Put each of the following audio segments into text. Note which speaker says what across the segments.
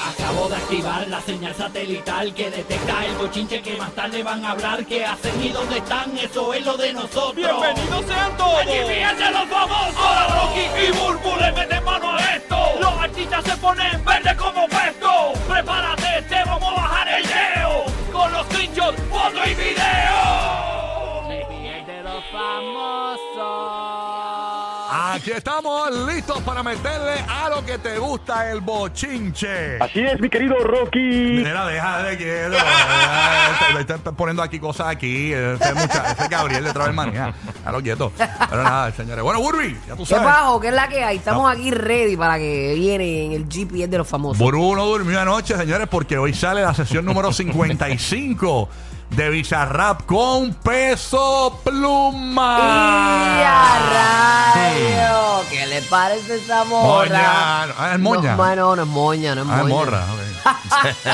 Speaker 1: Acabo de activar la señal satelital que detecta el bochinche que más tarde van a hablar. ¿Qué hacen y dónde están? Eso es lo de nosotros.
Speaker 2: ¡Bienvenidos sean todos!
Speaker 1: ¡Aquí fíjense los famosos!
Speaker 2: Ahora Rocky y Burbu le meten mano a esto.
Speaker 1: Los artistas se ponen verde como puesto. ¡Prepárate, te vamos a bajar el leo! Con los screenshots, foto y video. de los famosos.
Speaker 3: Aquí estamos listos para meterle a lo que te gusta el bochinche.
Speaker 4: Así es, mi querido Rocky.
Speaker 3: Mira, deja de quieto. deja de- te- te están poniendo aquí cosas aquí. Este, es mucha- este es Gabriel de Travel Manía. Claro, quieto. Pero nada, señores. Bueno, Burby, ya tú
Speaker 5: ¿Qué
Speaker 3: sabes. Ah.
Speaker 5: bajo? ¿Qué es la que hay? Estamos aquí ready para que viene en el GPS de los famosos.
Speaker 3: Burbu no durmió anoche, señores, porque hoy sale la sesión número 55 de Bizarrap con peso
Speaker 5: ¡Y a
Speaker 3: pluma.
Speaker 5: rayo! ¿Qué le parece esa morra?
Speaker 3: Moña. Ah, ¿es moña?
Speaker 5: No, no, no es moña, no es
Speaker 3: Ah,
Speaker 5: moña.
Speaker 3: morra. ok.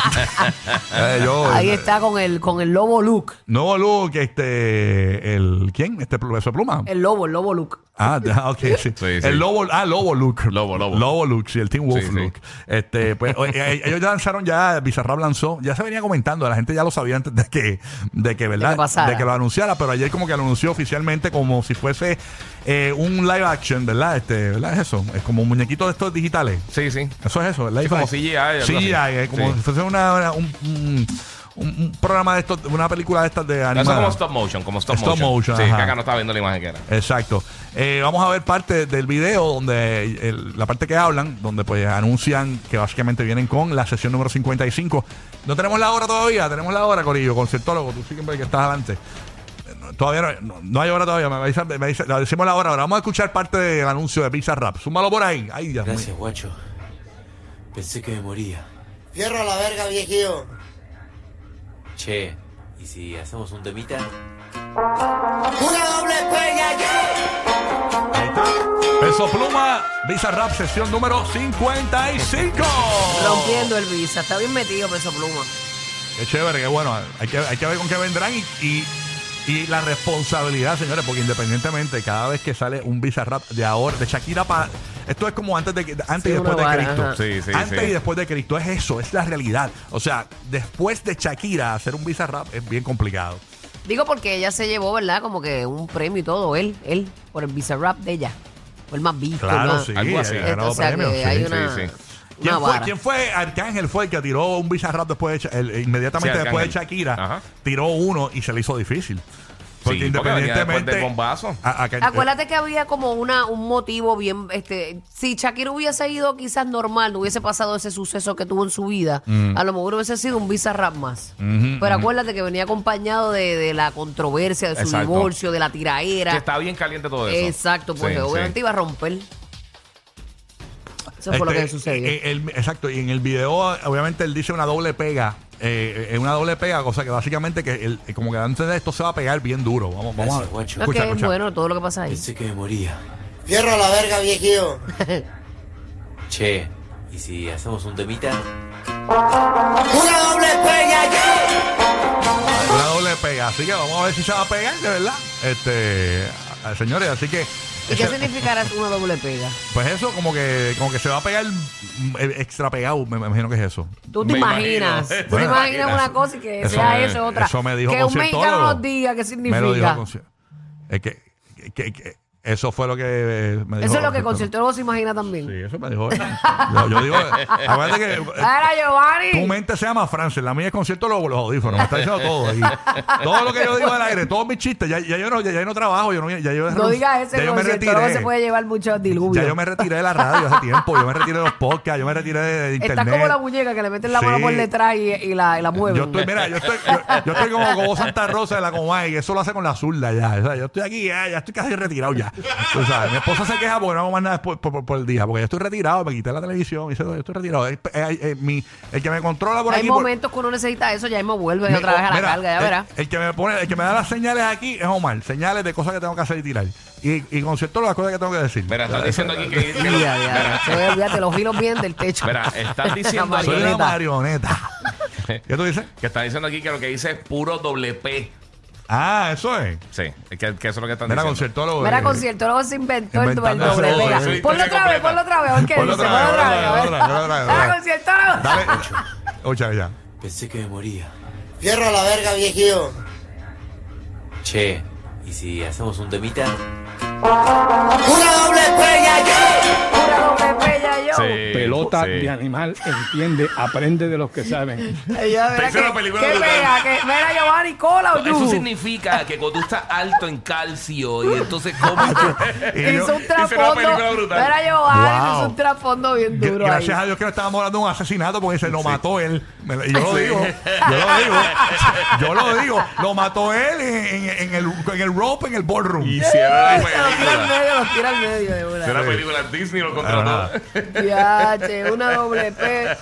Speaker 3: Eh, yo-
Speaker 5: Ahí está con el, con el lobo Luke.
Speaker 3: No, Luke, este, el, ¿quién? Este profesor Pluma.
Speaker 5: El lobo, el lobo Luke.
Speaker 3: Ah, ah, ok, sí.
Speaker 2: Sí, sí.
Speaker 3: El Lobo, ah, Lobo Luke.
Speaker 2: Lobo, Lobo.
Speaker 3: Lobo Luke, sí, el Team Wolf
Speaker 2: Sí, sí.
Speaker 3: Luke. Este, pues, oye, eh, ellos ya lanzaron ya, Bizarrap lanzó, ya se venía comentando, la gente ya lo sabía antes de que, de que, ¿verdad?
Speaker 5: que pasara.
Speaker 3: lo anunciara, pero ayer como que lo anunció oficialmente como si fuese eh, un live action, ¿verdad? Este, ¿verdad? Es eso, es como un muñequito de estos digitales.
Speaker 2: Sí, sí.
Speaker 3: Eso es eso, el
Speaker 2: Sí, como
Speaker 3: iPhone.
Speaker 2: CGI, algo así.
Speaker 3: CGI, eh, como
Speaker 2: Sí.
Speaker 3: si fuese una, una- un, un- un- un programa de estos, una película de estas de
Speaker 2: No, Eso
Speaker 3: animación.
Speaker 2: es como stop motion, como stop,
Speaker 3: Stop motion,
Speaker 2: Sí,
Speaker 3: ajá.
Speaker 2: que acá no estaba viendo la imagen que era.
Speaker 3: Exacto. Eh, vamos a ver parte del video donde el- la parte que hablan, donde pues anuncian que básicamente vienen con la sesión número 55. No tenemos la hora todavía, tenemos la hora, Corillo, concertólogo, tú siempre que estás adelante. Eh, no, Todavía no, no- no hay hora todavía, me, avisa- me avisa- le decimos la hora ahora. Vamos a escuchar parte del anuncio de Pizza Rap. Súmalo por ahí. Ay, Dios mío.
Speaker 6: Gracias, guacho. Pensé que me moría.
Speaker 7: Fierro a la verga, viejillo.
Speaker 6: Che, ¿y si hacemos un temita?
Speaker 7: Una doble peña, yeah.
Speaker 3: Ahí está. Peso Pluma, Visa Rap, sesión número 55.
Speaker 5: Rompiendo el visa. Está bien metido peso pluma.
Speaker 3: Qué chévere, qué bueno. Hay que, hay que ver con qué vendrán y, y- y la responsabilidad, señores, porque independientemente, cada vez que sale un Bizarrap de ahora, de Shakira para. Esto es como antes, de, que- antes
Speaker 5: Sí,
Speaker 3: y después
Speaker 5: una
Speaker 3: de
Speaker 5: vara,
Speaker 3: Cristo.
Speaker 5: ajá.
Speaker 2: Sí, sí,
Speaker 3: antes
Speaker 2: sí.
Speaker 3: y después de Cristo es eso, es la realidad. O sea, después de Shakira hacer un Bizarrap es bien complicado.
Speaker 5: Digo porque ella se llevó, ¿verdad? Como que un premio y todo, él, él, por el visa rap de ella. Fue el más visto.
Speaker 3: Claro,
Speaker 5: más-
Speaker 3: sí.
Speaker 2: Algo así.
Speaker 3: ha
Speaker 5: Esto,
Speaker 3: ganado
Speaker 5: o sea,
Speaker 3: premios,
Speaker 5: que
Speaker 3: sí.
Speaker 5: hay
Speaker 2: sí,
Speaker 5: una,
Speaker 2: sí.
Speaker 3: ¿Quién
Speaker 5: una
Speaker 3: fue,
Speaker 5: vara.
Speaker 3: quién fue? Arcángel fue el que tiró un bizarrap después de, Sha- el- inmediatamente
Speaker 2: Sí,
Speaker 3: después de
Speaker 2: Arcángel.
Speaker 3: Shakira.
Speaker 2: Ajá.
Speaker 3: Tiró uno y se le hizo difícil. Porque
Speaker 2: Sí, porque venía
Speaker 3: independientemente.
Speaker 2: después del bombazo.
Speaker 3: A- a- que-
Speaker 5: Acuérdate que había como una un motivo bien este si Shakira hubiese ido quizás normal, no hubiese pasado ese suceso que tuvo en su vida,
Speaker 3: Mm.
Speaker 5: a lo mejor hubiese sido un visa rap más. Pero acuérdate que venía acompañado de, de la controversia de su
Speaker 2: Exacto.
Speaker 5: divorcio, de la tiraera.
Speaker 2: Que está bien caliente todo eso.
Speaker 5: Exacto, porque
Speaker 2: Sí, sí.
Speaker 5: obviamente iba a romper. Eso fue lo
Speaker 3: Este,
Speaker 5: que sucedió.
Speaker 3: eh, el- exacto, y en el video, obviamente, él dice una doble pega. eh, eh, una doble pega, cosa que básicamente, que el- eh, como que antes de esto se va a pegar bien duro. Vamos, vamos a
Speaker 6: Gracias, guacho.
Speaker 3: escucha,
Speaker 5: No, es que es
Speaker 3: escucha.
Speaker 5: bueno todo lo que pasa ahí.
Speaker 6: Pensé que me moría.
Speaker 7: Fierro a la verga, viejillo.
Speaker 6: Che, ¿y si hacemos un temita?
Speaker 7: Una doble peña, yeah.
Speaker 3: Una doble pega. Así que vamos a ver si se va a pegar, de verdad. Este, a- a- señores, así que.
Speaker 5: ¿Y qué
Speaker 3: ese-
Speaker 5: significará una doble pega?
Speaker 3: Pues eso, como que, como que se va a pegar mm, eh, extra pegado, me, me imagino que es eso.
Speaker 5: Tú te
Speaker 2: Me
Speaker 5: imaginas, tú
Speaker 2: imagino.
Speaker 5: te
Speaker 3: Bueno,
Speaker 5: imaginas
Speaker 3: imagino.
Speaker 5: una cosa y que
Speaker 3: Eso
Speaker 5: sea
Speaker 3: me-
Speaker 5: eso otra.
Speaker 3: eso me dijo
Speaker 5: que un
Speaker 3: conciertólogo.
Speaker 5: mexicano nos diga qué significa.
Speaker 3: Me lo dijo el conci- Es que, que- que- Eso fue lo que eh, me dijo.
Speaker 5: Eso es lo
Speaker 3: Conciertólogo.
Speaker 5: que Concierto Nuevo se imagina también.
Speaker 3: Sí, eso me dijo. él. yo, yo digo, eh, acuérdate que eh,
Speaker 5: Ahora,
Speaker 3: tu
Speaker 5: Giovanni.
Speaker 3: mente se llama Francis, la mía es concierto luego los audífonos. Me está diciendo todo ahí. Todo lo que yo digo al aire, todos mis chistes. Ya, ya yo, no, ya, yo no trabajo, yo no, ya yo
Speaker 5: No digas
Speaker 3: ya
Speaker 5: ese
Speaker 3: yo me
Speaker 5: concierto Nuevo
Speaker 3: retiré.
Speaker 5: se puede llevar muchos diluvios.
Speaker 3: Ya yo me retiré de la radio hace tiempo, yo me retiré de los podcasts, yo me retiré de, de internet.
Speaker 5: Está como la muñeca que le meten la mano
Speaker 3: Sí.
Speaker 5: por detrás y, y la, y la mueven.
Speaker 3: Yo estoy, mira, yo estoy, yo, yo estoy como, como Santa Rosa de la Comay, que eso lo hace con la zurda ya. O sea, yo estoy aquí, ya, ya estoy casi retirado ya. Tú sabes, mi esposa se queja porque no hago más nada por, por- por el día, porque yo estoy retirado, me quité la televisión, hice todo, yo estoy retirado. Eh, eh, eh, mi- el que me controla por
Speaker 5: Hay
Speaker 3: aquí. por-
Speaker 5: momentos que uno necesita eso, ya mismo vuelve
Speaker 3: mi-
Speaker 5: otra vez a la
Speaker 3: mira, eh,
Speaker 5: carga, ya
Speaker 3: el-
Speaker 5: verás.
Speaker 3: El, que me pone, el que me da las señales aquí es Omar, señales de cosas que tengo que hacer y tirar. Y, y con cierto las cosas que tengo que decir.
Speaker 2: Mira, estás diciendo aquí que. que-
Speaker 5: Ya, ya, ya.
Speaker 2: Mira,
Speaker 5: Sí, olvídate, los hilos bien del techo.
Speaker 2: Mira, estás diciendo
Speaker 5: La
Speaker 2: aquí-
Speaker 3: Soy una
Speaker 5: marioneta.
Speaker 3: marioneta. ¿Qué tú dices?
Speaker 2: que están diciendo aquí que lo que dice es puro doble P.
Speaker 3: Ah, eso es.
Speaker 2: Sí, es que, que eso es lo que están
Speaker 3: Mira,
Speaker 2: diciendo.
Speaker 3: conciertólogo.
Speaker 5: Mira,
Speaker 3: eh,
Speaker 5: concierto, luego se inventó el, el
Speaker 3: Inventando
Speaker 5: doble.
Speaker 3: eso,
Speaker 5: Venga,
Speaker 3: eso
Speaker 2: es
Speaker 5: ponlo
Speaker 2: historia
Speaker 5: otra vez,
Speaker 2: completa.
Speaker 5: ponlo otra vez, a ver qué
Speaker 3: Ponlo
Speaker 5: dice,
Speaker 3: otra vez,
Speaker 5: ponlo otra
Speaker 3: ponlo
Speaker 5: vez. a ver.
Speaker 3: otra vez,
Speaker 5: Ah,
Speaker 3: ponlo otra vez,
Speaker 5: Mira,
Speaker 3: otra vez.
Speaker 5: concierto,
Speaker 3: Dale. Ocha, ya.
Speaker 6: Pensé que me moría.
Speaker 7: Fierro a la verga, viejillo.
Speaker 6: Che, ¿y si hacemos un temita?
Speaker 7: Una doble estrella, yeah.
Speaker 5: Una doble bella, yo.
Speaker 2: Sí,
Speaker 8: Pelota
Speaker 2: sí.
Speaker 8: de animal, entiende, aprende de los que saben.
Speaker 5: Ella, mira,
Speaker 2: Pensé en la
Speaker 5: que-
Speaker 2: película
Speaker 5: ¿Qué
Speaker 2: de Titanic.
Speaker 5: pega? que- Mira, Giovanni, cola o
Speaker 2: Eso
Speaker 5: yugo.
Speaker 2: significa que cuando tú estás alto en calcio y entonces comes.
Speaker 3: Y yo-
Speaker 5: Hizo un
Speaker 2: una
Speaker 5: trasfondo.
Speaker 2: película brutal.
Speaker 5: Mira, Giovanni,
Speaker 3: Wow.
Speaker 5: hizo un trasfondo bien
Speaker 3: Gra-
Speaker 5: duro ahí.
Speaker 3: Gracias a Dios que no estábamos hablando de un asesinato porque se lo mató él. Me lo- y yo lo digo. Yo lo digo. Yo lo digo. Lo mató él en, en- en el, en el rope, en el ballroom.
Speaker 2: Hicieron la
Speaker 5: Se los tira al
Speaker 2: película.
Speaker 5: medio, los tira al medio de una.
Speaker 2: Hicieron la película Disney lo
Speaker 3: Ah.
Speaker 2: contrató.
Speaker 5: Ya, che, una doble P.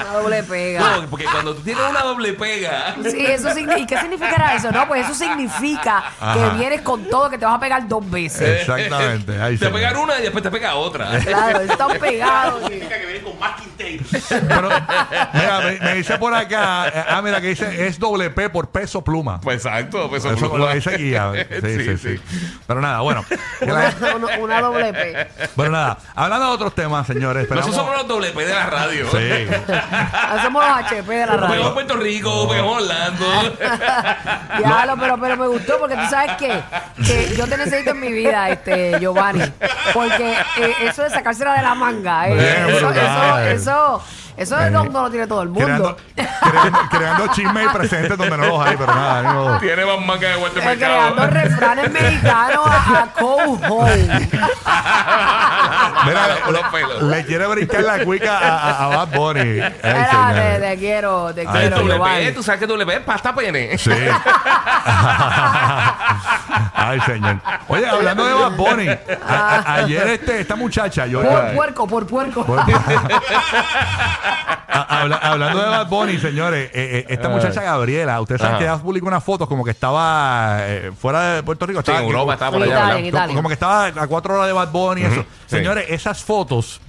Speaker 5: Una doble pega.
Speaker 2: No, porque cuando tú tienes una doble pega.
Speaker 5: Sí, eso significa. ¿Y qué significará eso? No, pues eso significa
Speaker 3: Ajá.
Speaker 5: que vienes con todo, que te vas a pegar dos veces.
Speaker 3: Exactamente. Ahí
Speaker 2: Te
Speaker 3: se-
Speaker 2: pegan una y después te pega otra.
Speaker 5: Claro, están pegados. sí.
Speaker 6: que viene con masking tape.
Speaker 3: Pero, mira, me, me dice por acá. eh, Ah, mira, que dice es doble P por peso pluma.
Speaker 2: Pues exacto, pues
Speaker 3: Eso
Speaker 2: son-
Speaker 3: lo dice guía. Sí, sí, sí. Pero nada, bueno. Que la-
Speaker 5: Una, una doble P.
Speaker 3: Bueno, nada. Hablando de otros temas, señores.
Speaker 2: Nosotros
Speaker 3: esperamos-
Speaker 2: somos los doble P de la radio.
Speaker 3: Sí.
Speaker 5: Hacemos los HP de la
Speaker 2: Pegamos
Speaker 5: radio.
Speaker 2: Puerto Rico, pegamos Orlando.
Speaker 5: Diablo, pero, pero me gustó porque tú sabes que, que yo te necesito en mi vida, este Giovanni. Porque eh, eso de sacársela de la manga, eh,
Speaker 3: Bien
Speaker 5: eso, eso,
Speaker 3: brutal.
Speaker 5: eso, eso
Speaker 3: Eh,
Speaker 5: no, no lo tiene todo el mundo.
Speaker 3: Creando, creando, creando chismes y presentes donde no los hay, pero nada, ni modo.
Speaker 2: Tiene más manga de vuelta
Speaker 5: Eh,
Speaker 2: al mercado.
Speaker 5: creando refranes mexicanos a, a co-home.
Speaker 3: Mira,
Speaker 2: Los pelos.
Speaker 3: le quiere brincar la cuica a, a- a Bad Bunny. Ay,
Speaker 5: Era, te,
Speaker 3: señores.
Speaker 5: te quiero, te
Speaker 3: Ay,
Speaker 5: quiero,
Speaker 3: doble P,
Speaker 5: Giovanni.
Speaker 2: WP, tú sabes que WP es pasta pene.
Speaker 3: Sí. Ay, señor. Oye, hablando de Bad Bunny, a- a- ayer este, esta muchacha, yo.
Speaker 5: Por puerco, por puerco.
Speaker 3: A- habla- hablando de Bad Bunny, señores, eh, eh, esta muchacha Gabriela, ustedes saben
Speaker 2: Ajá.
Speaker 3: que ella publicó unas fotos como que estaba eh, fuera de Puerto Rico.
Speaker 2: Sí, en
Speaker 3: aquí,
Speaker 2: Europa
Speaker 3: como-
Speaker 2: estaba por
Speaker 5: Sí,
Speaker 2: allá,
Speaker 5: dale,
Speaker 2: ¿verdad?
Speaker 5: en
Speaker 3: Co-
Speaker 5: Italia.
Speaker 3: Como que estaba a cuatro horas de Bad Bunny y eso.
Speaker 2: sí.
Speaker 3: Señores, esas fotos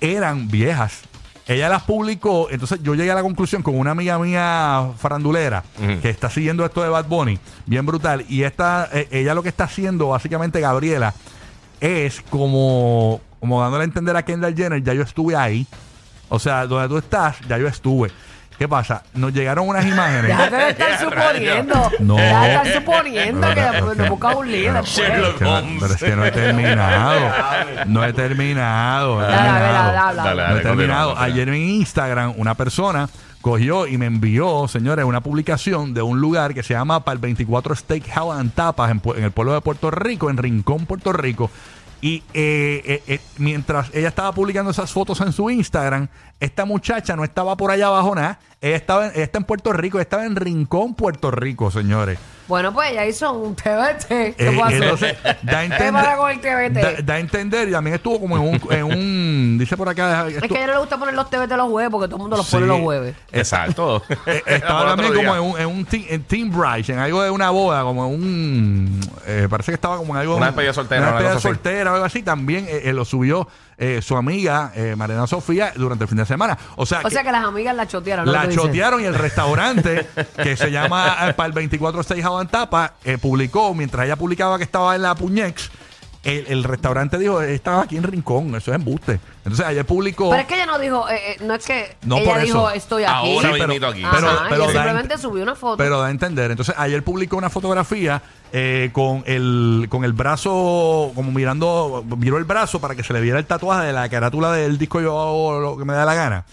Speaker 3: eran viejas. Ella las publicó, entonces yo llegué a la conclusión con una amiga mía farandulera que está siguiendo esto de Bad Bunny, bien brutal, y esta, eh, ella lo que está haciendo, básicamente Gabriela, es como, como dándole a entender a Kendall Jenner, ya yo estuve ahí, o sea, donde tú estás, ya yo estuve. ¿Qué pasa? Nos llegaron unas imágenes.
Speaker 5: Ya debe estar suponiendo.
Speaker 3: No.
Speaker 5: Ya debe estar suponiendo que
Speaker 3: Pero,
Speaker 5: pues, nos busca un líder.
Speaker 3: pero,
Speaker 5: pues.
Speaker 2: Sherlock
Speaker 3: pero,
Speaker 2: Holmes.
Speaker 3: Pero es que no he terminado. No he terminado. no he
Speaker 5: Dale, dale,
Speaker 3: terminado.
Speaker 5: dale, dale.
Speaker 2: Dale,
Speaker 3: No he terminado.
Speaker 2: continúa, continúa.
Speaker 3: Ayer en Instagram una persona cogió y me envió, señores, una publicación de un lugar que se llama Pal 24 Steakhouse and Tapas en, Pu- en el pueblo de Puerto Rico, en Rincón, Puerto Rico. Y eh, eh, eh, mientras ella estaba publicando esas fotos en su Instagram, esta muchacha no estaba por allá abajo nada. Ella, estaba en- ella está en Puerto Rico, ella estaba en Rincón, Puerto Rico, señores.
Speaker 5: Bueno, pues ya hizo un TBT. ¿Qué
Speaker 3: Eh,
Speaker 5: puedo hacer?
Speaker 3: entonces, da a
Speaker 5: ¿Qué
Speaker 3: entender,
Speaker 5: pasa con el TBT?
Speaker 3: da, da a entender, y también estuvo como en un, en un- dice por acá, estu-
Speaker 5: Es que a ella no le gusta poner los TBT los jueves porque todo el mundo los pone
Speaker 3: Sí. Ah,
Speaker 5: los jueves.
Speaker 2: Exacto.
Speaker 3: eh, estaba
Speaker 2: Por otro
Speaker 3: también
Speaker 2: día.
Speaker 3: como en un, en un teen, en teen bride, en algo de una boda, como en un, eh, parece que estaba como en algo,
Speaker 2: Una despedida soltera,
Speaker 3: una
Speaker 2: una
Speaker 3: despedida
Speaker 2: cosa así.
Speaker 3: soltera o algo así, también eh, eh, lo subió eh, su amiga eh, Mariana Sofía durante el fin de semana, o sea,
Speaker 5: O
Speaker 3: que-
Speaker 5: sea que las amigas la chotearon. ¿no?
Speaker 3: La
Speaker 5: Tú dices.
Speaker 3: chotearon y el restaurante que se llama eh, para el 24 6 Tapa eh, publicó, mientras ella publicaba que estaba en la Puñex, el, el restaurante dijo, estaba aquí en Rincón, eso es embuste. Entonces ayer publicó...
Speaker 5: Pero es que ella no dijo, eh, eh, no es que
Speaker 3: No,
Speaker 5: ella
Speaker 3: por eso.
Speaker 5: dijo estoy aquí.
Speaker 2: Ahora
Speaker 3: Sí, pero-
Speaker 2: mismito aquí.
Speaker 3: Ajá. pero-
Speaker 5: Ajá,
Speaker 3: pero
Speaker 5: ella
Speaker 3: da a
Speaker 5: simplemente
Speaker 3: ent-
Speaker 5: subió una foto.
Speaker 3: Pero da a entender. Entonces, ayer publicó una fotografía eh, con, el, con el brazo, como mirando, miró el brazo para que se le viera el tatuaje de la carátula del disco Yo hago lo que me da la gana.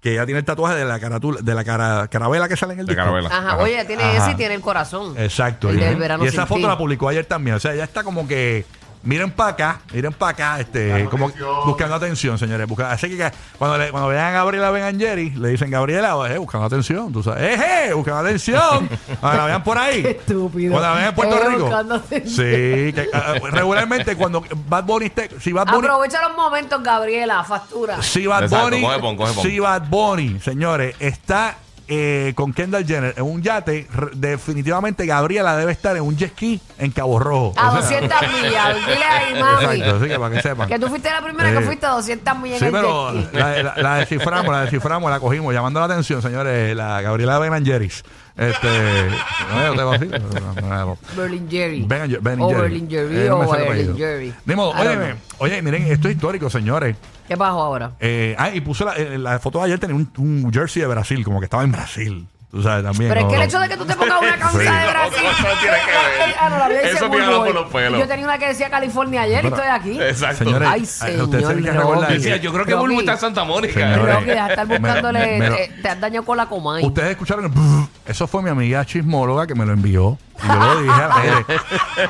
Speaker 3: Que ella tiene el tatuaje de la carátula, de la cara, carabela que sale en el
Speaker 2: De
Speaker 3: disco.
Speaker 2: carabela.
Speaker 5: Ajá,
Speaker 2: Ajá.
Speaker 5: oye, tiene
Speaker 3: Ajá.
Speaker 5: ese y tiene el corazón.
Speaker 3: Exacto.
Speaker 5: El
Speaker 3: y,
Speaker 5: del verano
Speaker 3: y esa
Speaker 5: sin
Speaker 3: foto
Speaker 5: ti.
Speaker 3: la publicó ayer también. O sea, ella está como que. Miren para acá, miren para acá, este, como buscando atención, señores. busca- así que cuando, le- cuando vean a Gabriela, vean a Jerry, le dicen Gabriela, eh, buscando atención, tú sabes, eh, eh, buscando atención. Cuando la vean por ahí.
Speaker 5: Qué estúpido.
Speaker 3: Cuando la vean en Puerto
Speaker 5: Eh,
Speaker 3: Rico.
Speaker 5: buscando atención. Ah,
Speaker 3: Sí, que, ah, ah, regularmente cuando Bad Bunny, esté- si Bad Bunny,
Speaker 5: Aprovecha los momentos, Gabriela, factura.
Speaker 3: si Bad
Speaker 2: Exacto,
Speaker 3: Bunny,
Speaker 2: coge pon, coge pon.
Speaker 3: si Bad Bunny, señores, está eh, con Kendall Jenner en un yate, re- definitivamente Gabriela debe estar en un jet ski en Cabo Rojo.
Speaker 5: A
Speaker 3: O sea,
Speaker 5: 200 millas, dile ahí, mami.
Speaker 3: Exacto, así que para que sepan.
Speaker 5: Que tú fuiste la primera
Speaker 3: Sí.
Speaker 5: que fuiste a 200 millas
Speaker 3: Sí,
Speaker 5: en el
Speaker 3: pero
Speaker 5: jet ski.
Speaker 3: la, la- la desciframos, la desciframos, la cogimos, llamando la atención, señores, la Gabriela Benangeris. Este, no, yo te vacilo, no, no, no.
Speaker 5: Berlin Jerry.
Speaker 3: Ben and Jer- Ben and
Speaker 5: o
Speaker 3: Jerry.
Speaker 5: Berlin Jerry
Speaker 3: Eh, no
Speaker 5: o
Speaker 3: me sale el
Speaker 5: Berlin
Speaker 3: apellido.
Speaker 5: Jerry.
Speaker 3: Ni modo,
Speaker 5: I don't
Speaker 3: óyeme,
Speaker 5: know.
Speaker 3: oye, miren, esto es histórico, señores.
Speaker 5: ¿Qué pasó ahora?
Speaker 3: Eh, ah, y puso la, eh, la foto de ayer, tenía un, un jersey de Brasil, como que estaba en Brasil. Tú sabes, también.
Speaker 5: Pero es
Speaker 3: ¿no?
Speaker 5: que el hecho de que tú te pongas una camisa
Speaker 3: Sí.
Speaker 5: de Brasil.
Speaker 2: No, eso no tiene que ver.
Speaker 5: Ah, no, la mía dice
Speaker 2: Eso me
Speaker 5: Good
Speaker 2: jaló
Speaker 5: Boy.
Speaker 2: por los pelos.
Speaker 5: Yo tenía una que decía California ayer y
Speaker 3: Pero-
Speaker 5: estoy aquí.
Speaker 2: Exacto.
Speaker 3: Señores,
Speaker 5: Ay,
Speaker 3: eh,
Speaker 5: señor
Speaker 3: ustedes tienen que eh. recordar-
Speaker 5: Rocky.
Speaker 2: Decía, yo creo que
Speaker 5: Rocky.
Speaker 2: Bulbo está en Santa Mónica.
Speaker 3: Señores.
Speaker 5: Creo que deja de estar
Speaker 3: Me-
Speaker 5: buscándole.
Speaker 3: me- me-
Speaker 5: eh, te has dañado con la comay.
Speaker 3: Ustedes escucharon el brrr? Eso fue mi amiga chismóloga que me lo envió. Y yo lo dije al aire.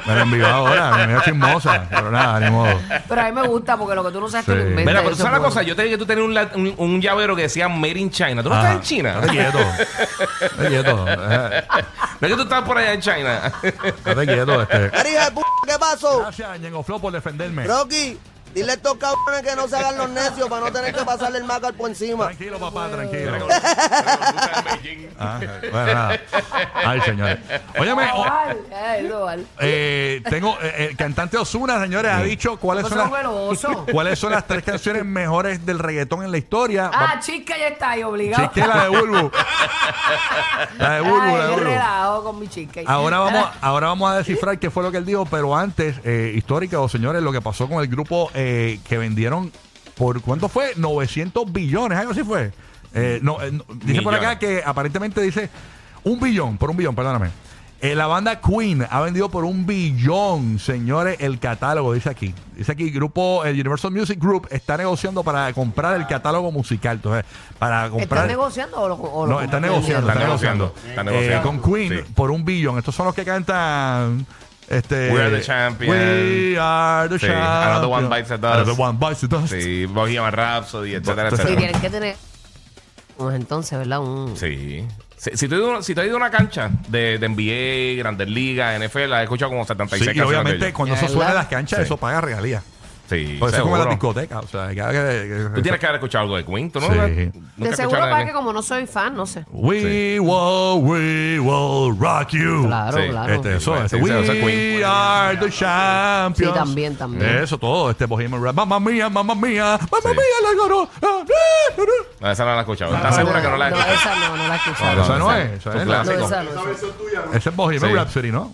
Speaker 3: Me lo envió ahora, mi amiga chismosa. Pero nada, ni modo.
Speaker 5: Pero a mí me gusta porque lo que tú no sabes tú lo
Speaker 3: Sí.
Speaker 5: inventas.
Speaker 2: Mira,
Speaker 5: y
Speaker 2: pero
Speaker 5: eso
Speaker 2: ¿sabes
Speaker 5: es
Speaker 2: la cosa?
Speaker 5: bueno.
Speaker 2: Yo tenía que tú tener un, lat- un, un llavero que decía Made in China. ¿Tú no
Speaker 3: Ajá.
Speaker 2: estás en China?
Speaker 3: Estate quieto. Estate quieto. Eh,
Speaker 2: No es que tú estás por allá en China.
Speaker 3: Estate quieto. Este.
Speaker 7: Arija de p ¿qué pasó?
Speaker 3: Gracias, Ñengo Flow, por defenderme.
Speaker 7: Rocky, dile a estos cabrones que no se hagan los necios para no tener que pasarle el macar por encima.
Speaker 3: Tranquilo, papá, tranquilo. Ah, bueno, nada. Ay, señores. Óyeme, o-
Speaker 5: Ay, es global.
Speaker 3: eh, tengo. eh, el cantante Osuna, señores, ha dicho cuáles
Speaker 5: No
Speaker 3: son
Speaker 5: seas
Speaker 3: las.
Speaker 5: veloso.
Speaker 3: ¿Cuáles son las tres canciones mejores del reggaetón en la historia?
Speaker 5: Ah, chica, ya está ahí obligado.
Speaker 3: Chiqui, la de Bulbu. La de Bulbu,
Speaker 5: Ay,
Speaker 3: la de
Speaker 5: qué
Speaker 3: Bulbu.
Speaker 5: relajo con mi chica.
Speaker 3: Ahora vamos, ahora vamos a descifrar qué fue lo que él dijo, pero antes, eh, histórica o señores, lo que pasó con el grupo eh, que vendieron por cuánto fue 900 billones, algo así fue. Eh, no, eh, no, dice por
Speaker 2: Millones.
Speaker 3: acá que aparentemente dice un billón, por un billón, perdóname. Eh, la banda Queen ha vendido por un billón, señores, el catálogo, dice aquí. Dice aquí, grupo, el Universal Music Group está negociando para comprar el catálogo musical. Entonces, para comprar.
Speaker 5: ¿Están negociando o lo, o lo
Speaker 3: No, está
Speaker 5: compraron?
Speaker 3: negociando, está
Speaker 2: Está
Speaker 3: negociando.
Speaker 2: negociando, está negociando.
Speaker 3: Eh, con Queen
Speaker 2: Sí.
Speaker 3: por un billón. Estos son los que cantan. Este,
Speaker 2: We are the champion.
Speaker 3: We are the
Speaker 2: Sí,
Speaker 3: champion.
Speaker 2: Another one bites the dust.
Speaker 3: Another one bites the dust.
Speaker 2: Sí, Bohemian Rhapsody, etcétera,
Speaker 3: Entonces-
Speaker 5: Sí,
Speaker 2: etcétera.
Speaker 5: tienen que tener. Pues entonces, ¿verdad? Un...
Speaker 2: Sí. Si, si tú has ido- si tú has ido a una cancha de, de NBA, Grandes Ligas, NFL, has escuchado como 76
Speaker 3: Sí, y
Speaker 2: canciones de
Speaker 3: obviamente
Speaker 2: ellos.
Speaker 3: cuando eso
Speaker 5: Ya,
Speaker 3: suena en
Speaker 5: ¿verdad?
Speaker 3: las canchas,
Speaker 2: Sí.
Speaker 3: eso paga regalías.
Speaker 2: Sí,
Speaker 3: Por eso es como en
Speaker 2: seguro.
Speaker 3: las discotecas. O sea, que- que- que-
Speaker 2: Tú tienes que haber escuchado algo de Queen, ¿tú no?
Speaker 3: Sí.
Speaker 2: ¿Nunca
Speaker 5: De
Speaker 2: has
Speaker 5: seguro
Speaker 2: escuchado
Speaker 5: para
Speaker 2: de-
Speaker 5: que como no soy fan, no sé.
Speaker 3: We will, we will rock you.
Speaker 5: Uh, Claro,
Speaker 2: Sí,
Speaker 5: claro.
Speaker 3: Este, eso,
Speaker 2: Sí,
Speaker 3: este,
Speaker 2: sí,
Speaker 3: we
Speaker 2: eso es Queen.
Speaker 3: are the champions.
Speaker 5: Sí, también, también.
Speaker 3: Eso todo, este Bohemian Rap. Mamma mía, mamma mía, mamma
Speaker 2: Sí.
Speaker 3: mía, la Ah, eh, goró.
Speaker 2: No, esa no la he escuchado. ¿Estás segura que no la he
Speaker 5: No,
Speaker 2: escuchado?
Speaker 5: esa no, no la he escuchado.
Speaker 3: Esa no
Speaker 2: esa-
Speaker 3: es, esa
Speaker 2: tu
Speaker 3: es la-
Speaker 5: No,
Speaker 2: clásico.
Speaker 5: esa no. esa no.
Speaker 3: Ese es Bohemian
Speaker 2: Sí.
Speaker 3: Rhapsody, ¿no?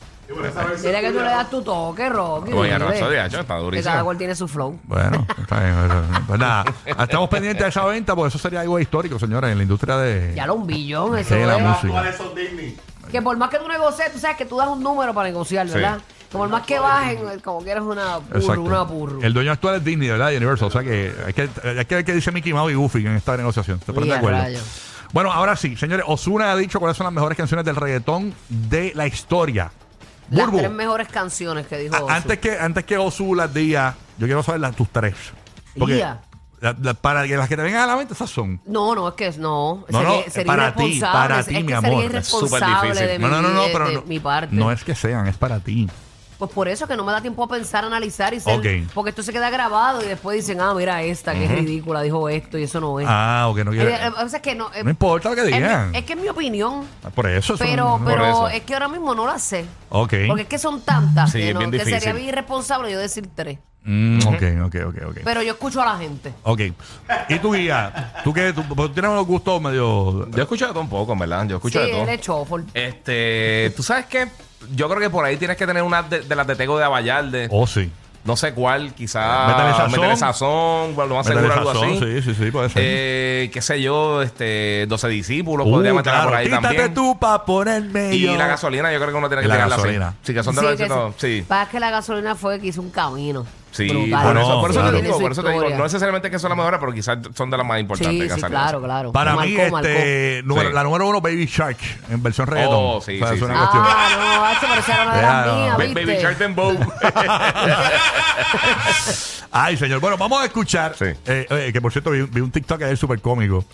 Speaker 5: Mira que tú le das tu toque, Rocky.
Speaker 2: Bohemian
Speaker 5: dile.
Speaker 2: Rhapsody, hecho, está
Speaker 5: Que
Speaker 2: durísimo.
Speaker 5: cada cual tiene su flow.
Speaker 3: Bueno, está bien. pero- Pues nada, estamos pendientes de esa venta, porque eso sería algo histórico, señores, en la industria de,
Speaker 5: Ya lo un billón, eso
Speaker 3: de la
Speaker 5: es.
Speaker 3: música.
Speaker 5: Que por más que tú negocies, tú sabes que tú das un número para negociar, ¿verdad? Como por más que bajen, como quieras una burro,
Speaker 3: Exacto.
Speaker 5: una burro.
Speaker 3: El dueño actual es Disney, ¿verdad? Universal. O sea que hay que, hay que ver qué dice Mickey Mouse y Goofy en esta negociación. ¿Te pones
Speaker 5: Y
Speaker 3: de
Speaker 5: a
Speaker 3: acuerdo?
Speaker 5: rayos.
Speaker 3: Bueno, ahora sí, señores, Osuna ha dicho cuáles son las mejores canciones del reggaetón de la historia.
Speaker 5: Las
Speaker 3: Burbu,
Speaker 5: tres mejores canciones que dijo.
Speaker 3: a-
Speaker 5: Ozzy.
Speaker 3: antes que antes que Osu las diga, yo quiero saber las tus tres. Porque
Speaker 5: Diga.
Speaker 3: la- la- para que las que te vengan a la mente, esas son.
Speaker 5: No, no, es que es- no.
Speaker 3: No,
Speaker 5: sería,
Speaker 3: no,
Speaker 5: sería
Speaker 3: para ti,
Speaker 5: irresponsable.
Speaker 3: para
Speaker 5: es
Speaker 3: ti,
Speaker 5: que
Speaker 3: mi
Speaker 5: sería
Speaker 3: amor. Es
Speaker 5: irresponsable
Speaker 2: superdifícil.
Speaker 5: de,
Speaker 3: No,
Speaker 5: mi,
Speaker 3: no, no, no,
Speaker 5: de-
Speaker 3: pero
Speaker 5: de
Speaker 3: no,
Speaker 5: mi parte.
Speaker 3: no es que sean, es para ti.
Speaker 5: Pues por eso que no me da tiempo a pensar, analizar y ser,
Speaker 3: Ok.
Speaker 5: porque esto se queda grabado y después dicen, ah, mira esta, que es ridícula, dijo esto y eso no es.
Speaker 3: Ah, ok, no
Speaker 5: Eh,
Speaker 3: quiero.
Speaker 5: eh, o sea, es que no, eh,
Speaker 3: No importa lo que
Speaker 5: es mi-
Speaker 3: digan.
Speaker 5: Es, que es mi opinión,
Speaker 3: Ah, Por eso. eso
Speaker 5: pero,
Speaker 3: no-
Speaker 5: pero
Speaker 2: eso.
Speaker 5: es que ahora mismo no la sé.
Speaker 3: Ok.
Speaker 5: Porque es que son tantas
Speaker 2: Sí,
Speaker 5: que,
Speaker 2: es
Speaker 5: no-
Speaker 2: bien
Speaker 5: que sería
Speaker 2: difícil.
Speaker 5: bien irresponsable yo decir tres.
Speaker 3: Mm, ok, ok, ok, ok.
Speaker 5: Pero yo escucho a la gente.
Speaker 3: Ok. ¿Y tu guía? ¿Tú qué? ¿Tú, tú tienes unos gustos medio...
Speaker 2: Yo he escuchado de todo un poco, en verdad. Yo escucho
Speaker 5: sí,
Speaker 2: de todo.
Speaker 5: él es chofer.
Speaker 2: Este, tú sabes que yo creo que por ahí tienes que tener una de, de las de Tego de Avallarde.
Speaker 3: Oh, sí.
Speaker 2: no sé cuál, quizás
Speaker 3: Métele sazón.
Speaker 2: Métele sazón, bueno, lo más seguro
Speaker 3: Métele
Speaker 2: algo
Speaker 3: sazón,
Speaker 2: así.
Speaker 3: Sí, sí, sí, puede ser.
Speaker 2: Eh, qué sé yo, este, 12 discípulos,
Speaker 3: Uh,
Speaker 2: podría meterla
Speaker 3: claro,
Speaker 2: por ahí
Speaker 3: quítate
Speaker 2: también.
Speaker 3: tú para ponerme
Speaker 2: Y
Speaker 3: yo.
Speaker 2: la gasolina, yo creo que uno tiene
Speaker 3: Y
Speaker 2: que
Speaker 3: la
Speaker 2: tenerla
Speaker 3: gasolina.
Speaker 2: así. Sí, que son de
Speaker 5: Sí,
Speaker 2: los
Speaker 5: que
Speaker 2: éxitos, sí.
Speaker 5: Para que la gasolina fue que hizo un camino.
Speaker 2: Sí,
Speaker 5: Brutal.
Speaker 2: por,
Speaker 3: Ah,
Speaker 2: eso,
Speaker 3: no,
Speaker 2: por eso
Speaker 3: claro.
Speaker 2: te digo,
Speaker 5: Tiene su
Speaker 2: por eso te digo,
Speaker 5: historia.
Speaker 2: no necesariamente que son las mejores, pero quizás son de las más importantes
Speaker 5: Sí,
Speaker 2: que
Speaker 5: sí,
Speaker 2: han salido.
Speaker 5: claro, claro.
Speaker 3: Para mí,
Speaker 5: Marcó,
Speaker 3: este, número-
Speaker 2: Sí.
Speaker 3: la número uno, Baby Shark, en versión reggaeton.
Speaker 2: Oh, sí, sí,
Speaker 3: es una
Speaker 2: sí.
Speaker 3: cuestión.
Speaker 5: Ah, no, hacho, pero esa era una de
Speaker 3: Ya,
Speaker 5: las
Speaker 3: no.
Speaker 5: mías,
Speaker 3: Ba-
Speaker 2: Ba-
Speaker 5: Ah, ¿viste?
Speaker 2: Baby Shark Dembow.
Speaker 3: Ay, señor. Bueno, vamos a escuchar.
Speaker 2: Sí.
Speaker 3: eh, oye, que por cierto, vi, vi un TikTok ayer súper cómico.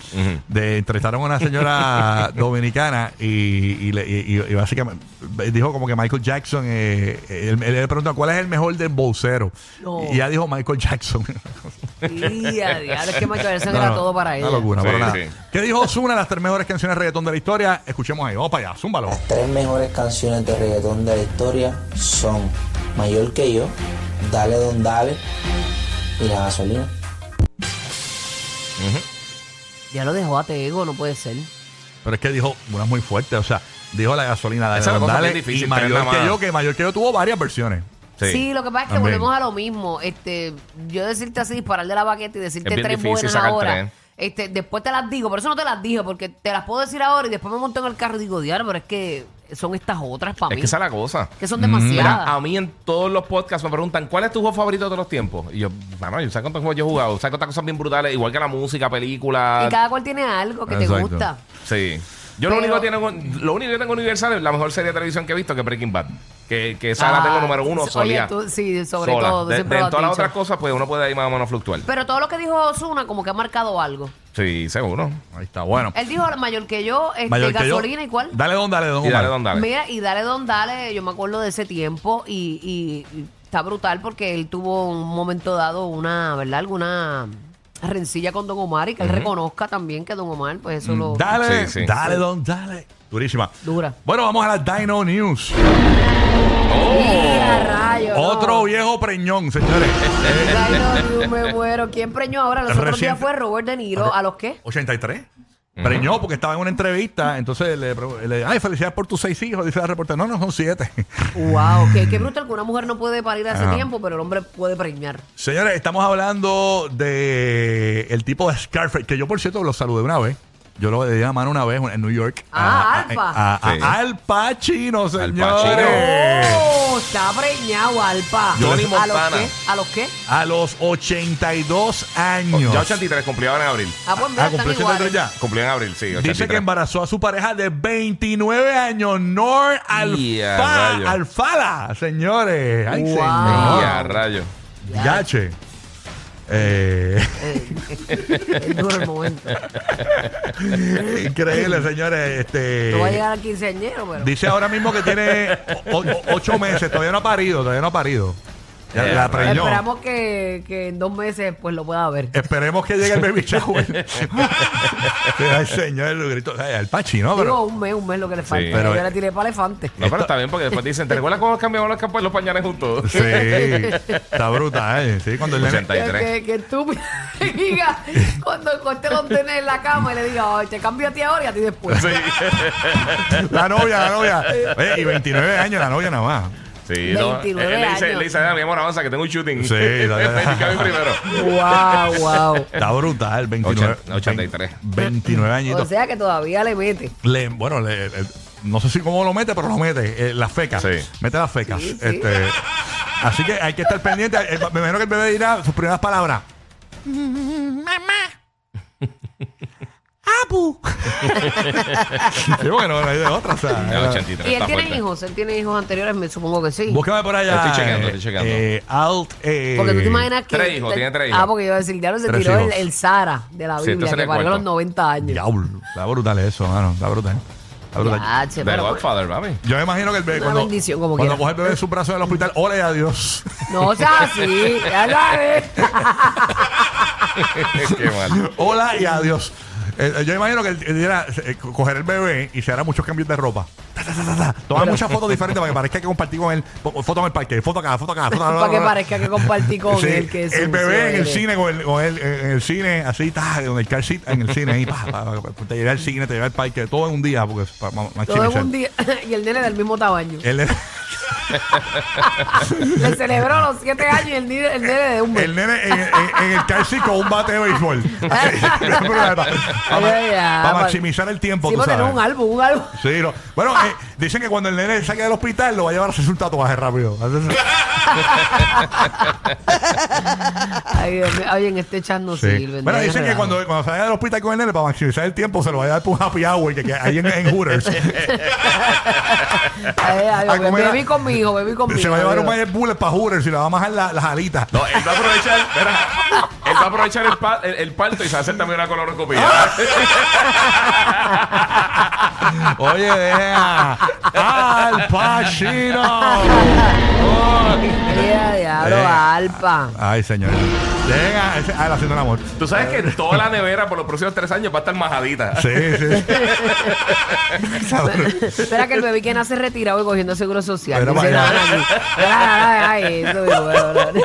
Speaker 3: de, entrevistaron a una señora dominicana y, y, le- y- y- y básicamente dijo como que Michael Jackson. eh, él, él le preguntó cuál es el mejor del bolsero.
Speaker 5: No.
Speaker 3: Y ella dijo Michael Jackson.
Speaker 5: Y a diablo, es que Michael Jackson
Speaker 3: No,
Speaker 5: era
Speaker 3: no,
Speaker 5: todo para ella.
Speaker 3: Una locura,
Speaker 2: Sí,
Speaker 3: pero nada.
Speaker 2: sí.
Speaker 3: ¿Qué dijo Osuna las tres mejores canciones de reggaetón de la historia? Escuchemos ahí. Vamos para allá, zúmbalo.
Speaker 9: tres mejores canciones de reggaetón de la historia son Mayor que yo, Dale Don Dale y La Gasolina.
Speaker 5: Ya lo dejó a Tego, no puede ser.
Speaker 3: Pero es que dijo una muy fuerte. O sea, dijo la gasolina, dale,
Speaker 2: Esa es la
Speaker 3: Don
Speaker 2: cosa
Speaker 3: Dale,
Speaker 2: bien difícil,
Speaker 3: y
Speaker 2: tres
Speaker 3: mayor
Speaker 2: nada
Speaker 3: que
Speaker 2: más.
Speaker 3: yo, que mayor que yo tuvo varias versiones.
Speaker 5: Sí. lo que pasa es que
Speaker 3: También.
Speaker 5: volvemos a lo mismo. Este, yo decirte así, disparar de la baqueta y decirte
Speaker 2: Es bien
Speaker 5: tres
Speaker 2: difícil
Speaker 5: buenas
Speaker 2: sacar
Speaker 5: ahora.
Speaker 2: tres.
Speaker 5: Este, después te las digo, por eso no te las dije, porque te las puedo decir ahora y después me monto en el carro y digo, diablo, pero es que son estas otras para
Speaker 2: es
Speaker 5: mí.
Speaker 2: que esa es la cosa.
Speaker 5: que son
Speaker 2: Mira, ah,
Speaker 5: demasiadas.
Speaker 2: a mí en todos los podcasts me preguntan cuál es tu juego favorito de todos los tiempos. Y yo, mano, yo sé cuántos juegos yo he jugado, sé cuántas cosas bien brutales, igual que la música, películas.
Speaker 5: y cada cual tiene algo que te
Speaker 3: Exacto.
Speaker 5: gusta.
Speaker 2: Sí. Yo lo
Speaker 5: Pero-
Speaker 2: único que tengo, lo único que tengo universal es la mejor serie de televisión que he visto, que es Breaking Bad. Que, que esa la
Speaker 5: Ah,
Speaker 2: tengo número uno
Speaker 5: oye,
Speaker 2: solía.
Speaker 5: tú- sí, sobre
Speaker 2: Sola.
Speaker 5: todo,
Speaker 2: De,
Speaker 5: siempre
Speaker 2: de
Speaker 5: lo has
Speaker 2: todas las
Speaker 5: dicho.
Speaker 2: otras cosas, pues uno puede ahí más o menos fluctuar.
Speaker 5: Pero todo lo que dijo Osuna como que ha marcado algo.
Speaker 2: Sí, seguro.
Speaker 3: Ahí está, bueno.
Speaker 5: Él dijo la mayor que yo, este,
Speaker 3: Mayor que yo.
Speaker 5: gasolina y cuál.
Speaker 3: Dale, don, dale, don.
Speaker 2: Y dale,
Speaker 3: Omar.
Speaker 2: don, dale.
Speaker 5: Mira, y dale don dale, yo me acuerdo de ese tiempo y, y- y está brutal porque él tuvo un momento dado una, ¿verdad? Alguna rencilla con Don Omar y que él reconozca también que Don Omar, pues eso lo...
Speaker 3: Dale,
Speaker 2: Sí, sí.
Speaker 3: dale, don, dale. Durísima.
Speaker 5: Dura.
Speaker 3: Bueno, vamos a las Dino News.
Speaker 5: ¡Mira, rayos, no!
Speaker 3: Otro viejo preñón, señores.
Speaker 5: Ay, no, yo me muero. ¿Quién preñó ahora? Los otros días
Speaker 3: Reciente.
Speaker 5: fue Robert De Niro. ¿A los qué?
Speaker 3: 83. Preñó porque estaba en una entrevista, entonces le, pre- le ay, felicidades por tus seis hijos, dice la reportera. No, no, son siete.
Speaker 5: ¡Wow! Qué, qué brutal que una mujer no puede parir hace
Speaker 3: Ajá.
Speaker 5: tiempo, pero el hombre puede preñar.
Speaker 3: Señores, estamos hablando de el tipo de Scarface, que yo por cierto lo saludé una vez. Yo lo di la mano una vez en New York.
Speaker 5: Ah,
Speaker 3: A- a-
Speaker 5: Alfa.
Speaker 3: a- a-
Speaker 2: Sí.
Speaker 3: a Al Pacino, señores. Eh.
Speaker 5: ¡Oh! Está preñado, Alpa.
Speaker 2: Yo le-
Speaker 5: ¿A los
Speaker 2: Montana.
Speaker 5: qué? ¿A los qué?
Speaker 3: A los 82 años.
Speaker 2: Oh, Ya 83 cumplió ahora en abril.
Speaker 5: Ah, pues mira,
Speaker 3: Ah,
Speaker 5: están
Speaker 3: ¿cumplió 83
Speaker 5: iguales.
Speaker 3: ya?
Speaker 2: Cumplió en abril, sí. 83.
Speaker 3: Dice que embarazó a su pareja de 29 años, Nor
Speaker 2: Ya,
Speaker 3: Alfa-
Speaker 2: rayo.
Speaker 3: Alfala, señores. Ay,
Speaker 5: Wow.
Speaker 2: Ya,
Speaker 3: señor.
Speaker 2: rayo.
Speaker 3: Yache. Eh,
Speaker 5: Eh, Es duro el momento.
Speaker 3: increíble, señores. Este,
Speaker 5: No va a llegar al quinceañero, pero.
Speaker 3: dice ahora mismo que tiene 8 meses, todavía no ha parido, todavía no ha parido. Ya,
Speaker 2: Ya,
Speaker 3: la preñó.
Speaker 5: Esperamos que, que en dos meses pues lo pueda
Speaker 3: Eh,
Speaker 5: ver.
Speaker 3: Esperemos que llegue el baby shower. Ay, señor, el grito. Ay, al Pachi, ¿no?
Speaker 5: Digo,
Speaker 3: Pero,
Speaker 5: un mes, un mes lo que le falta.
Speaker 3: pero-
Speaker 5: Yo le tiré para elefante.
Speaker 2: No, pero está bien porque después dicen, ¿te recuerdas cómo cambiamos los, campa- los pañales juntos?
Speaker 3: sí, está brutal. Sí, cuando el nene-
Speaker 2: 83.
Speaker 5: Que, que tú me digas cuando corte los tenes en la cama y le digas, "Ay, te cambio a ti ahora y a ti después.
Speaker 2: Sí.
Speaker 3: La novia, la novia. Oye, y 29 años la novia nada más.
Speaker 2: Sí, no.
Speaker 5: 29
Speaker 2: Él le dice,
Speaker 5: años.
Speaker 2: le dice, "Ah, mi amor, avanza que tengo un shooting.
Speaker 3: Sí, la-
Speaker 2: Ven, que voy primero.
Speaker 5: Wow, wow.
Speaker 3: Está brutal, 29.
Speaker 2: Ocha- 83.
Speaker 3: 29
Speaker 5: O
Speaker 3: añitos.
Speaker 5: sea que todavía le mete.
Speaker 3: Le- bueno, le- eh, no sé si cómo lo mete, pero lo mete. eh, las fecas.
Speaker 2: Sí.
Speaker 3: Mete las fecas.
Speaker 5: Sí, sí.
Speaker 3: Este, así que hay que estar pendiente. El- me imagino que el bebé dirá sus primeras palabras. Mamá. Abu. Sí, bueno, no hay de otra. O sea,
Speaker 2: El
Speaker 3: era-
Speaker 2: 83.
Speaker 5: ¿Y él
Speaker 2: está
Speaker 5: tiene
Speaker 2: fuerte.
Speaker 5: hijos? ¿Él tiene hijos anteriores? Me supongo que sí.
Speaker 3: Búscame por allá.
Speaker 2: Estoy chequeando,
Speaker 3: eh,
Speaker 2: estoy chequeando.
Speaker 3: eh, alt. eh,
Speaker 5: Porque tú te imaginas que.
Speaker 2: tres hijos, tiene tres
Speaker 5: Ah,
Speaker 2: hijos.
Speaker 5: porque yo iba a decir, claro, se
Speaker 3: Tres
Speaker 5: tiró el,
Speaker 3: hijos.
Speaker 5: el Sara de la
Speaker 2: Sí,
Speaker 5: Biblia,
Speaker 2: entonces
Speaker 5: que
Speaker 2: era
Speaker 5: parió a los
Speaker 2: cuarto.
Speaker 5: 90 años.
Speaker 3: Diablo, está brutal eso, mano. Está brutal. Está brutal.
Speaker 5: Ya, che,
Speaker 2: The
Speaker 5: pero-
Speaker 2: Godfather, mami.
Speaker 3: Yo me imagino que el bebé
Speaker 5: Una
Speaker 3: cuando,
Speaker 5: bendición, como
Speaker 3: cuando
Speaker 5: quiera.
Speaker 3: coge el bebé en su brazo en el hospital, ole a Dios.
Speaker 5: No sea así, ya sabes.
Speaker 2: Qué mal.
Speaker 3: Hola y adiós. Eh, eh, yo me imagino que él- él era, eh, co- coger el bebé y se hará muchos cambios de ropa. Ta, ta, ta, ta, ta. Tomar muchas fotos diferentes para que parezca que compartí con él. Po- Foto en el parque, foto acá, foto acá, foto acá.
Speaker 5: Para que parezca que compartí con
Speaker 3: Sí,
Speaker 5: él. Que
Speaker 3: el bebé en el
Speaker 5: sucio eres.
Speaker 3: cine, con el, con él, eh, en el cine, así, ta, en el car seat, en el cine, ahí, pa, pa, pa, pa, te llevé al cine, te llevé al parque, todo en un día, porque es pa- ma- más
Speaker 5: Todo en
Speaker 3: chill,
Speaker 5: un día. y el nene del mismo tamaño.
Speaker 3: él es-
Speaker 5: Le celebró los siete años y el nene, el nene de un
Speaker 3: El nene en, en- en el calci con un bate de béisbol. Así, no hay problema.
Speaker 5: Ay, ya,
Speaker 3: para, para
Speaker 5: pa-
Speaker 3: maximizar el tiempo,
Speaker 5: Sí,
Speaker 3: tú
Speaker 5: porque
Speaker 3: sabes.
Speaker 5: no, un álbum, un álbum.
Speaker 3: Sí, no. Bueno, eh, dicen que cuando el nene saque del hospital lo va a llevar a hacerse un tatuaje rápido.
Speaker 5: Ay, Dios mío. Oye, en este chat no
Speaker 3: Sí.
Speaker 5: sirve.
Speaker 3: Bueno, dicen que cuando, cuando salga del hospital con el nene, para maximizar el tiempo, se lo va a dar por un happy hour que, que hay en, en Hooters. a comer-
Speaker 5: bebí conmigo, bebí conmigo.
Speaker 3: se va a llevar un
Speaker 5: Dios.
Speaker 3: Magic Bullet para Hooters y le va a bajar la- las alitas.
Speaker 2: No, él va a aprovechar, verá, él va a aprovechar el, pa- el- el parto y se va a hacer también una colonoscopia.
Speaker 3: Oye, vea. ¡Al Pacino!
Speaker 5: Ya, diablo,
Speaker 3: Eh.
Speaker 5: Alpa.
Speaker 3: Ay, señor. Venga, ese- ah, la haciendo el amor.
Speaker 2: Tú sabes que toda la nevera por los próximos tres años va a estar majadita.
Speaker 3: Sí, sí. sí.
Speaker 5: Espera que el bebé que nace retirado y cogiendo seguro social.
Speaker 3: Pero
Speaker 5: Dice,
Speaker 3: vaya.
Speaker 5: "Ay, ay, ay, eso, digo, bueno,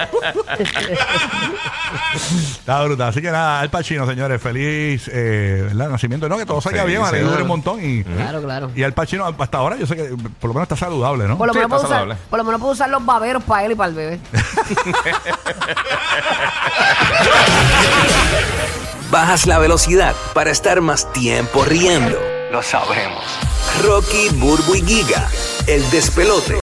Speaker 3: Está brutal. Así que nada, Al Pacino, señores. Feliz eh, ¿verdad? nacimiento. No, que todo salga
Speaker 2: Sí,
Speaker 3: bien, vale,
Speaker 2: sí.
Speaker 3: dure un montón. Y,
Speaker 5: Claro, claro.
Speaker 3: y Al Pacino, hasta ahora, yo sé que por lo menos está saludable, ¿no?
Speaker 5: Por lo,
Speaker 2: Sí,
Speaker 5: menos
Speaker 2: está
Speaker 5: puedo usar,
Speaker 2: saludable.
Speaker 5: por lo menos puedo usar los baberos para él y para el bebé.
Speaker 10: Bajas la velocidad para estar más tiempo riendo.
Speaker 11: Lo sabremos.
Speaker 10: Rocky, Burbu y Giga, el despelote.